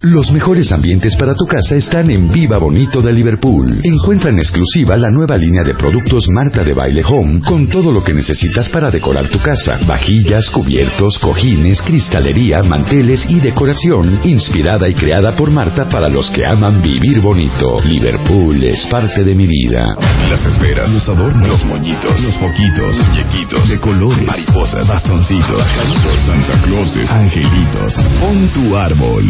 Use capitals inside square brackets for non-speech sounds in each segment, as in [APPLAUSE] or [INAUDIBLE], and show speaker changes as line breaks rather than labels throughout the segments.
Los mejores ambientes para tu casa están en Viva Bonito de Liverpool. Encuentra en exclusiva la nueva línea de productos Marta de Baile Home con todo lo que necesitas para decorar tu casa. Vajillas, cubiertos, cojines, cristalería, manteles y decoración inspirada y creada por Marta para los que aman vivir bonito. Liverpool es parte de mi vida.
Las esferas, los adornos, los moñitos, los foquitos, muñequitos, de colores, mariposas, bastoncitos, pajaritos, Santa Clauses, angelitos. Pon tu árbol.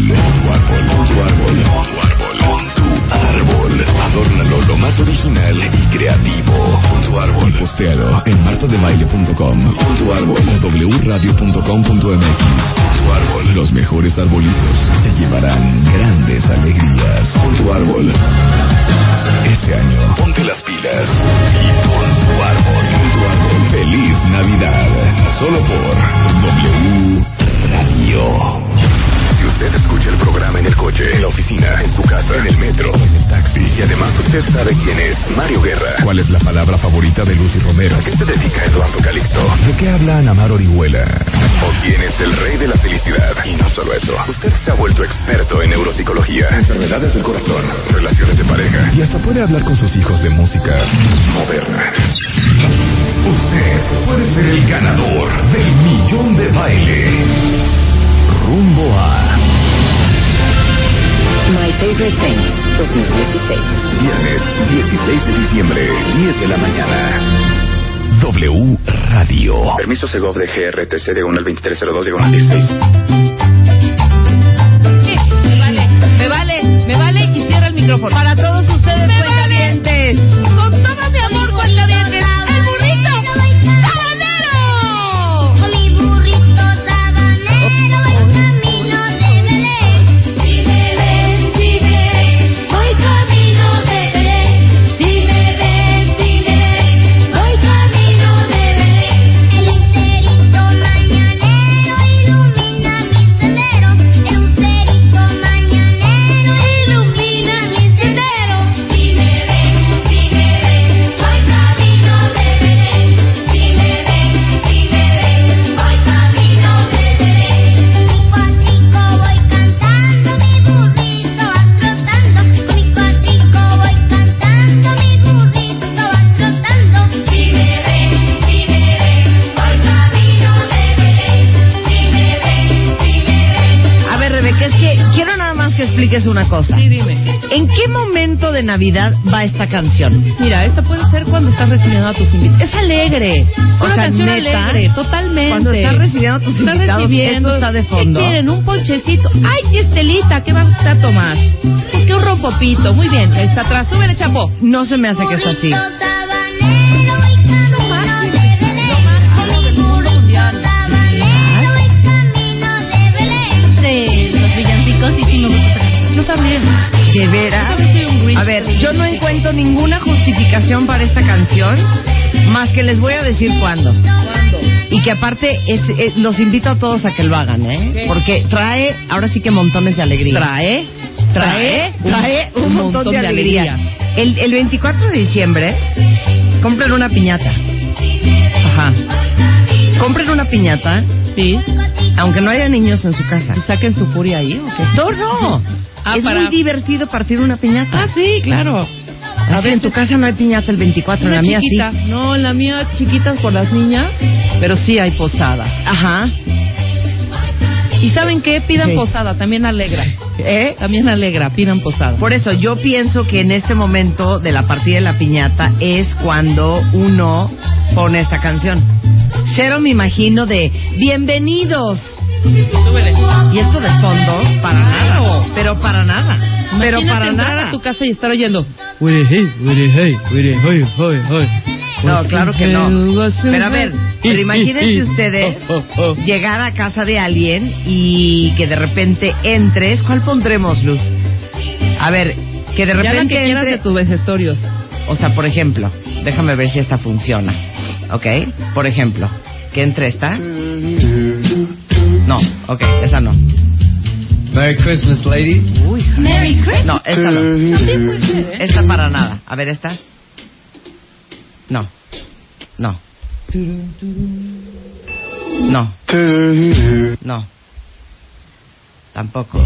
Pon tu árbol, pon tu árbol, pon tu árbol, pon tu árbol. Adórnalo lo más original y creativo. Pon tu árbol. Postealo en martadebaile.com. Pon tu árbol. O wradio.com.mx. Pon tu árbol. Los mejores arbolitos se llevarán grandes alegrías. Pon tu árbol. Este año, ponte las pilas y pon tu árbol. Pon tu árbol. Feliz Navidad. Solo por W Radio. Si usted escucha el programa en el coche, en la oficina, en su casa, en el metro, en el taxi, y además usted sabe quién es Mario Guerra. ¿Cuál es la palabra favorita de Lucy Romero? ¿A qué se dedica Eduardo Calixto? ¿De qué habla Anamar Orihuela? ¿O quién es el rey de la felicidad? Y no solo eso, usted se ha vuelto experto en neuropsicología, enfermedades del corazón, relaciones de pareja, y hasta puede hablar con sus hijos de música moderna. Usted puede ser el ganador del millón de baile rumbo a
My Favorite Things 2016.
viernes 16 de diciembre, 10 de la mañana. W Radio.
Permiso Segov de GRTC de 1 al 2302 de 1 al 16.
Sí, me vale, me vale, me vale y cierra el micrófono. Para todos ustedes, cuentavientes. Con todo mi amor, cuentavientes, el burrito sabanero.
Con mi burrito sabanero voy camino de Belén. Si me ven, si me ven, voy camino de Belén. Si me ven, si me ven, voy camino de Belén. El enterito mañanero ilumina mi sendero. El enterito mañanero ilumina mi sendero. Si me ven, si me ven, voy camino de Belén. Si me ven, si me ven, voy camino de Belén. Rico a rico voy cantando, mi burrito va trotando. Rico a rico voy cantando, mi burrito va trotando. Si me ven, si me ven, voy camino de Belén. Si me ven, si me ven.
A ver, Rebeca, es que quiero nada más que expliques una cosa.
Sí, dime.
¿En qué momento de Navidad va esta canción?
Mira, esta puede ser cuando estás recibiendo a tus invitados.
Es alegre.
Es una
O sea,
canción
neta,
alegre, totalmente.
Cuando estás recibiendo a tus
Estás
invitados,
recibiendo,
esto está de fondo.
¿Qué quieren? ¿Un ponchecito? ¡Ay, Estelita! ¿Qué vas a tomar? Pues que un rompopito. Muy bien, está atrás. Súbele, chapo.
No se me hace que es así.
Burrito sabanero voy camino de Belén. Con mi burrito sabanero voy camino de Belén.
De los villancicos, y sí me gusta. Yo también.
¿De veras?
Yo soy un Grinch.
A ver, yo no encuentro ninguna justificación para esta canción, más que les voy a decir cuándo. Y que aparte, es- eh, los invito a todos a que lo hagan, ¿eh?
Sí.
Porque trae, ahora sí que montones de alegría.
Trae.
trae, trae un, montón, de, alegría. El, el 24 de diciembre, compren una piñata. Ajá. Compren una piñata,
Sí.
aunque no haya niños en su casa.
Saquen su furia ahí, ¿o qué?
No, no.
Ah,
es
para-
muy divertido partir una piñata.
Ah, sí, claro.
A ver, en tu casa no hay piñata el 24, en
Una
la mía sí.
chiquita. No, la mía chiquitas por las niñas, pero sí hay posada.
Ajá.
¿Y saben qué? Pidan
Sí.
posada, también alegra.
¿Eh?
También alegra, pidan posada.
Por eso yo pienso que en este momento de la partida de la piñata es cuando uno pone esta canción. Cero me imagino de bienvenidos. Y esto de fondo, para nada.
Claro.
Pero para nada. Pero
Imagínate
para
entrar
nada.
a tu casa y estar oyendo. Pues
No, claro que no. Pero a ver, pero imagínense
[LAUGHS]
ustedes
Oh,
llegar a casa de alguien y que de repente entres. ¿Cuál pondremos, Luz? A ver, que de
Ya la que
repente
quieras de
entre.
tus vejestorios.
O sea, por ejemplo, déjame ver si esta funciona. ¿Ok? Por ejemplo, que entre esta. No, ok, esa no.
Merry Christmas, ladies.
Merry Christmas.
No, esta no. Esta para nada. A ver, esta. No. No. No. No. Tampoco.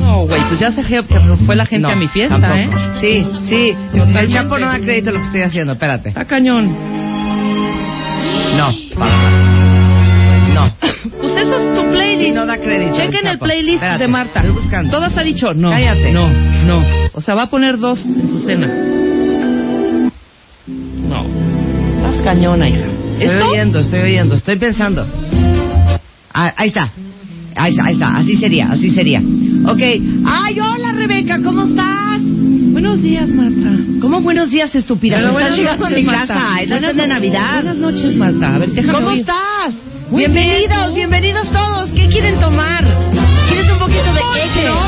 No, güey, pues ya se que fue la gente
No,
a mi fiesta,
tampoco.
¿eh?
Sí, sí.
Totalmente.
El Chapo no da crédito a lo que estoy haciendo, espérate.
Está cañón.
No, pausa. No.
Pues eso es tu playlist.
Sí, no da crédito.
Chequen el
Chapo.
playlist
Espérate,
de Marta.
Estoy buscando.
Todas ha dicho no.
Cállate.
No, no. O sea, va a poner dos en su cena. No. Estás cañona, hija.
Estoy
¿Esto?
oyendo, estoy oyendo, estoy pensando. Ah, ahí está. Ahí está, ahí está. Así sería, así sería. Ok. Ay, hola Rebeca, ¿cómo estás?
Buenos días, Marta.
¿Cómo buenos días, estúpida?
Pero
Estás
buenas
llegando a
noches,
mi
Marta.
casa. Estás
Buenas
de
noches.
Navidad.
Buenas noches, Marta. A ver, déjame
¿Cómo
oír.
estás?
Muy
bienvenidos,
bien, ¿tú?
bienvenidos todos. ¿Qué quieren tomar? ¿Quieres un poquito de qué? No,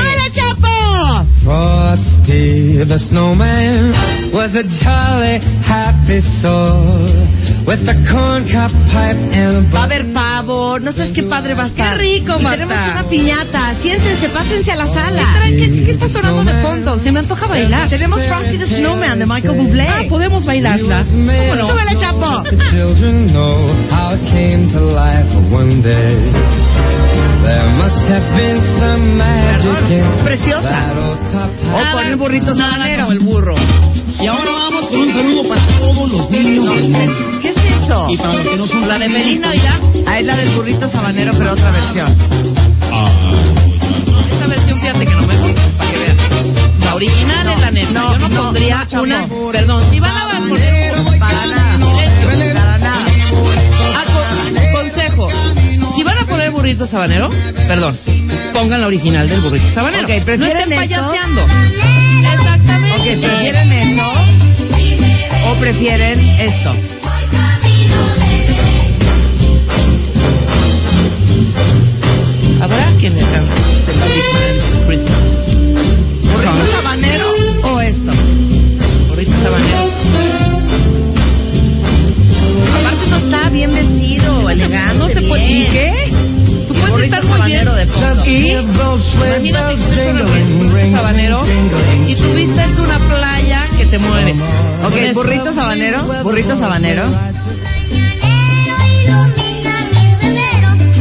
¡Hola, Chapo!
Frosty the snowman was a jolly happy soul with a corncob pipe and
Va
a
a
bottle.
haber pavo. No sabes qué padre va a estar.
Qué rico,
Y
Marta.
Tenemos una piñata. Siéntense, pásense a la
Ay,
sala.
¿Qué, qué está sonando de fondo? Se me antoja bailar.
Tenemos Frosty the Snowman de Michael Bublé.
Ah, podemos bailarla. ¿Cómo no?
Súbele, chapo.
The children know how it came to life one day. There must have been some magic in
Preciosa.
that old top hat.
O poner burritos
Nada
sabanero.
como el burro.
Y ahora vamos con un saludo para todos los niños del mundo.
¿Qué es eso?
Y para los que no son
La de Feliz Navidad.
Ah, es la del burrito sabanero, pero otra versión.
Esta versión, fíjate que no me gusta, para que vean. La original es la neta.
No,
Yo no,
no,
pondría
no,
una...
chamo.
Perdón, si van a poner...
Para nada. Para nada.
Ah, con- consejo. Si van a poner burrito sabanero, perdón, pongan la original del burrito sabanero.
Ok,
no
¿prefieren
estén
eso?
payaseando.
Ok,
Exactamente.
¿prefieren eso? ¿O prefieren esto?
Habrá quien le cante el Big Man Christmas.
¿Burrito sabanero o esto?
Burrito Oh, sabanero.
Aparte no está bien vestido, elegante,
No se puede...
bien.
¿Y qué? Tú puedes estar muy bien.
sabanero de fondo.
¿Y? Imagínate que estés con el burrito sabanero y tú vistes una playa que te muere.
Ok,
Con eso-
burrito sabanero, burrito sabanero.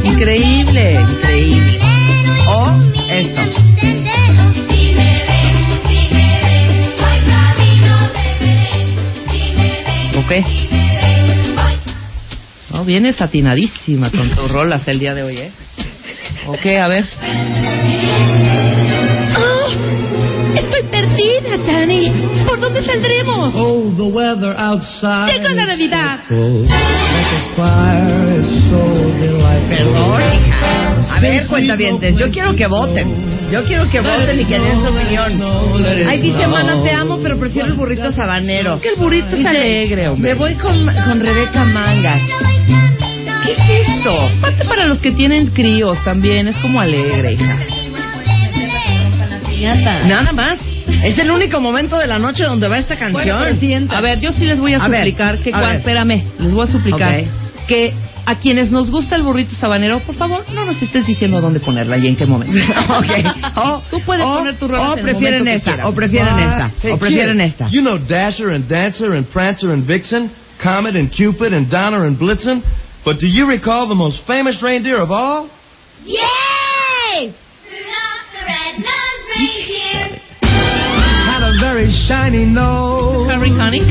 Increíble, increíble.
O esto.
Ok. No, vienes atinadísima con tus rolas el día de hoy, ¿eh? Ok, a ver.
Ah, Estoy perdida, Tani. ¿Por dónde saldremos?
Oh, the weather outside.
Llega la Navidad.
Like a fire is so delightful.
Perdón, hija. A ver, cuentavientes, yo quiero que voten. Yo quiero que voten y que den su opinión. Ay, dice, mana, te amo, pero prefiero el burrito sabanero.
Es que el burrito es
Dice,
alegre,
Me
hombre.
voy con, con Rebeca Mangas. ¿Qué es esto?
Aparte para los que tienen críos también, es como alegre, hija.
Nada más. Es el único momento de la noche donde va esta canción.
a ver, yo sí les voy a,
pues, A ver, [LAUGHS]
suplicar que...
a
cua-
ver.
Espérame, les voy a suplicar
Ok.
que a quienes nos gusta el burrito sabanero, por favor, no nos estés diciendo dónde ponerla y en qué
[LAUGHS]
momento. [LAUGHS]
ok. O,
Tú puedes
o-
poner tu rola
O
en el
prefieren
momento que
esta,
quieras. Ah,
o prefieren esta,
Hey,
o prefieren
kid,
esta.
You know Dasher and Dancer and Prancer and Vixen, Comet and Cupid and Donner and Blitzen, but do you recall the most famous reindeer of all?
Yay! Rudolph the red-nosed reindeer.
Had a very shiny nose.
Harry Connick.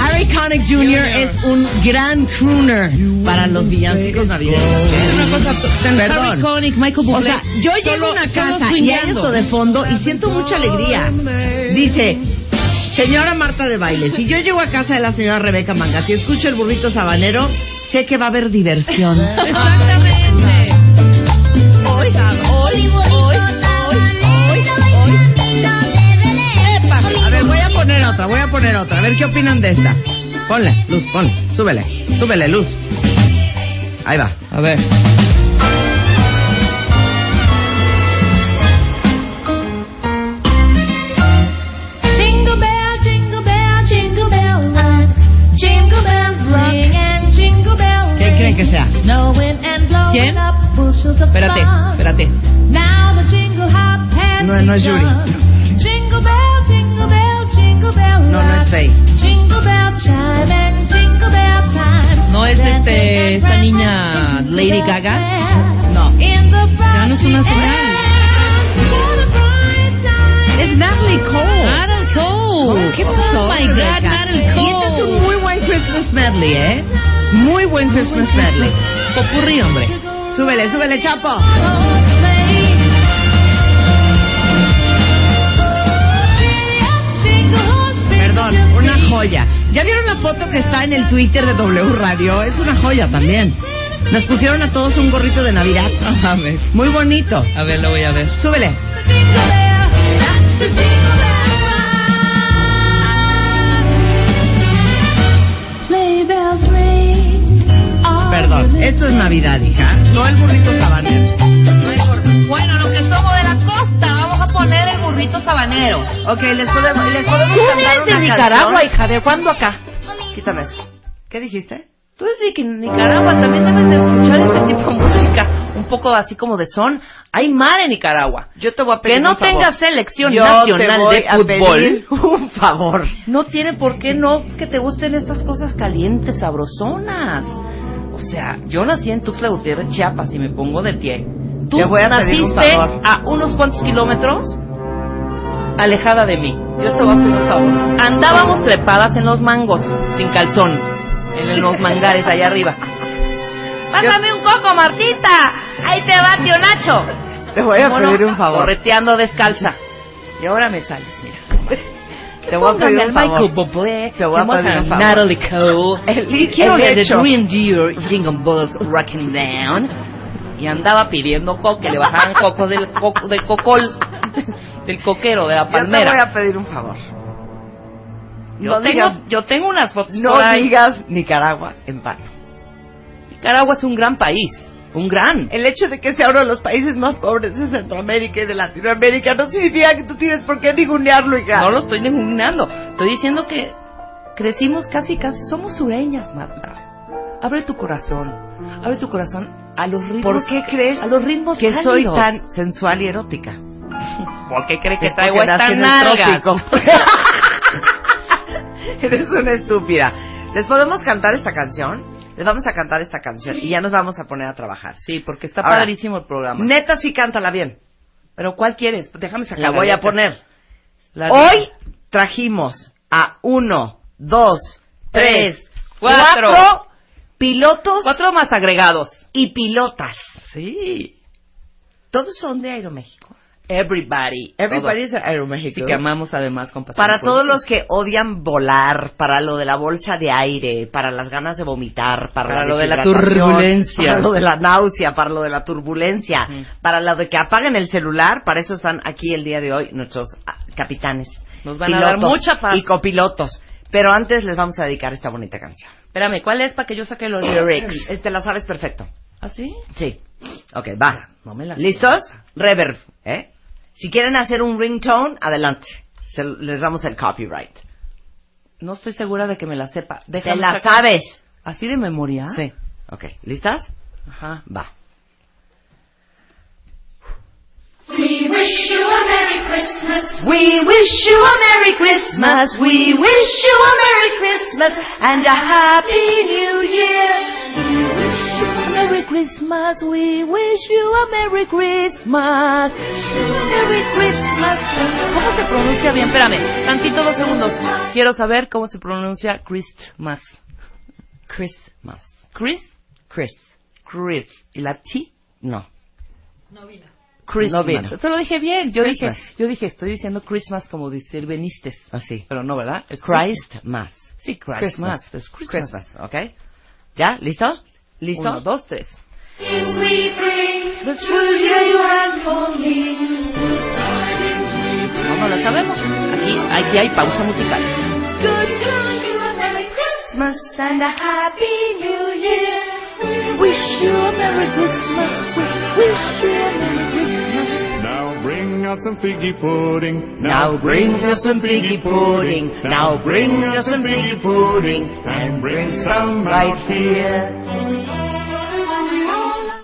Harry Connick Jr. es un gran crooner para los villancicos navideños.
Es una cosa... Harry
Perdón.
Connick, Michael Bublé.
O sea, yo
solo-
llego a una
solo
casa y hay
swingueando.
esto de fondo y siento mucha alegría. Dice, señora Marta de Baile, si yo llego a casa de la señora Rebeca Mangas y escucho el burrito sabanero, sé que va a haber diversión.
Exactamente.
Hoy, hoy, hoy, hoy, hoy, hoy.
A ver, voy a poner otra, voy a poner otra. A ver qué opinan de esta. Ponle, Luz, ponle, súbele, súbele, Luz. Ahí va.
A ver.
Jingle bell, jingle bell, jingle bell rock. Jingle bells ring and jingle bell
¿Qué creen
ring.
que sea?
Snowing and blowing
¿Quién?
up bushels of
Espérate,
fun.
espérate.
Now the jingle hop has
No, no es Yuri.
begun. Jingle bell, jingle bell, jingle bell
No, no es
rock.
Faye.
Jingle bell chime and jingle bell time.
No es, este,
Dancing and
esta niña
prancing
Lady
bells
Gaga.
there.
No.
Ya no es una señal.
Es Natalie Cole.
Natalie Cole.
¿Qué pasó?
Oh my God,
Rebeca?
Natalie
Y este es un
Cole.
muy buen Christmas medley, ¿eh? Muy buen Christmas medley. Popurrí, hombre. Súbele, súbele, chapo. Perdón, una joya. ¿Ya vieron la foto que está en el Twitter de W Radio? Es una joya también. Nos pusieron a todos un gorrito de Navidad.
No mames.
Muy bonito.
A ver, lo voy a ver.
Súbele. Perdón, esto es Navidad, hija. No el burrito sabanero.
Bueno, lo que somos de la costa, vamos a poner el burrito sabanero.
Ok, les podemos, les podemos
Tú
cantar
eres de
una
Nicaragua,
canción.
hija, ¿de cuándo acá?
Quítame eso. ¿Qué dijiste?
Tú eres de Nicaragua, también debes de escuchar este tipo de música, un poco así como de son. Hay mar en Nicaragua.
Yo te voy a
Que no tenga selección nacional de fútbol.
un favor.
No tiene por qué no que te gusten estas cosas calientes, sabrosonas. O sea, yo nací en Tuxtla Gutiérrez, Chiapas, y me pongo de pie. Tú
Te voy a pedir un
naciste
favor.
a unos cuantos kilómetros alejada de mí. Yo te voy a pedir un favor. Andábamos trepadas en los mangos, sin calzón, en los mangares allá arriba. Pásame un coco, Martita. Ahí te va, tío Nacho.
Te voy a
¿Cómo no?
pedir un favor.
Correteando descalza. Y ahora me sales, mira.
Te voy a pedir un favor. Te voy a pedir un favor.
Natalie Cole.
El-
Quiero
el
ver The
hecho.
Dream Deer, Jingle Balls, Rockin' Down. Y andaba pidiendo coco, que le bajaran coco del, coco, del cocol, del coquero, de la
Yo te voy
palmera.
a pedir un favor.
Yo,
No
tengo,
digas-
yo tengo unas fotos por
No
ahí.
digas Nicaragua en vano.
Nicaragua es un gran país, un gran.
El hecho de que sea uno de los países más pobres de Centroamérica y de Latinoamérica no significa que tú tienes por qué ningunearlo, hija.
No lo estoy ninguneando. Estoy diciendo que crecimos casi, casi. Somos sureñas, Marta. Abre tu corazón. Abre tu corazón a los ritmos.
¿Por qué crees
A los ritmos
que soy
cálidos.
tan sensual y erótica? [LAUGHS]
¿Por qué crees
Es porque
que traigo
nací
esta
en el
nalga? [LAUGHS]
trópico. Eres una estúpida. ¿Les podemos cantar esta canción? Les vamos a cantar esta canción y ya nos vamos a poner a trabajar.
Sí, porque está
Ahora,
padrísimo el programa.
Neta, sí, cántala bien.
Pero ¿cuál quieres? Déjame sacar
La voy a poner.
La-
Hoy trajimos a uno, dos, tres,
Tres, cuatro.
cuatro pilotos
Cuatro más agregados.
y pilotas.
Sí.
Todos son de Aeroméxico.
Everybody.
Everybody
Todos.
is Aeroméxico.
Sí, que amamos además con pasión
Para
por-
todos los que odian volar, para lo de la bolsa de aire, para las ganas de vomitar, para,
Para lo de la
deshidratación,
turbulencia.
para lo de la náusea, para lo de la turbulencia,
Ujú.
para lo de que apaguen el celular, para eso están aquí el día de hoy nuestros ah, capitanes,
Nos van a dar
pilotos
mucha paz.
y copilotos. Pero antes les vamos a dedicar esta bonita canción.
Espérame, ¿cuál es para que yo saque los lyrics?
Este la sabes perfecto.
¿Ah, sí?
Sí. Ok, va.
No me la-
¿Listos? Reverb, ¿eh? Si quieren hacer un ringtone, adelante. Se- les damos el copyright.
No estoy segura de que me la sepa.
¿Te
Déjame
la
sacar-
sabes?
¿Así de memoria?
Sí. Ok, ¿listas?
Ajá.
Va.
We wish you a Merry Christmas.
We wish you a Merry Christmas. We wish you a Merry Christmas and a Happy New Year. We wish you a Merry Christmas. We wish you a Merry Christmas. Merry Christmas. ¿Cómo se pronuncia bien? Espérame, tantito dos segundos. Quiero saber cómo se pronuncia Christmas. Christmas. Chris.
Chris.
Chris. ¿Y la T?
No.
Christmas.
No vino.
Eso lo dije bien. Yo
Christmas.
dije, yo dije, estoy diciendo Christmas como decir veniste.
Así.
Pero no, ¿verdad? Es
Christ más.
Sí, Ah, Christmas.
Christmas.
Es Christmas.
Christmas, ¿ok? ¿Ya? ¿Listo? ¿Listo?
Uno, dos, tres.
Gifts we bring, the true year you had for me.
No, no la sabemos. Aquí, aquí hay pausa musical.
Good times you a Merry Christmas and a Happy New Year. We wish you a Merry Christmas. We wish you a Merry Christmas.
Now bring out some figgy pudding.
Now bring us some figgy pudding. Now bring us some figgy pudding.
And bring some
Right here.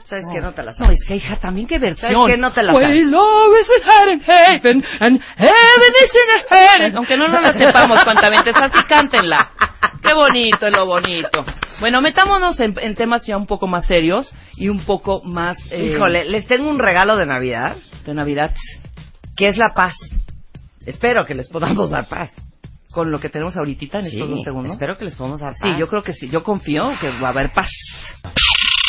¿Sabes qué? No te la
No, es que hija, también qué versión.
¿Sabes qué? No te la
Pues,
Well,
sabes.
love is in heaven, heaven, and heaven is in heaven.
Aunque no nos la sepamos, cuantamente, así cántenla. Qué bonito, es lo bonito. Bueno, metámonos en, en temas ya un poco más serios y un poco más... eh,
Híjole, les tengo un regalo de Navidad,
De Navidad,
que es la paz. Espero que les podamos dar paz.
con lo que tenemos ahorita en estos
Sí,
dos segundos.
Espero que les podamos dar paz.
Sí, yo creo que sí. Yo confío que va a haber paz.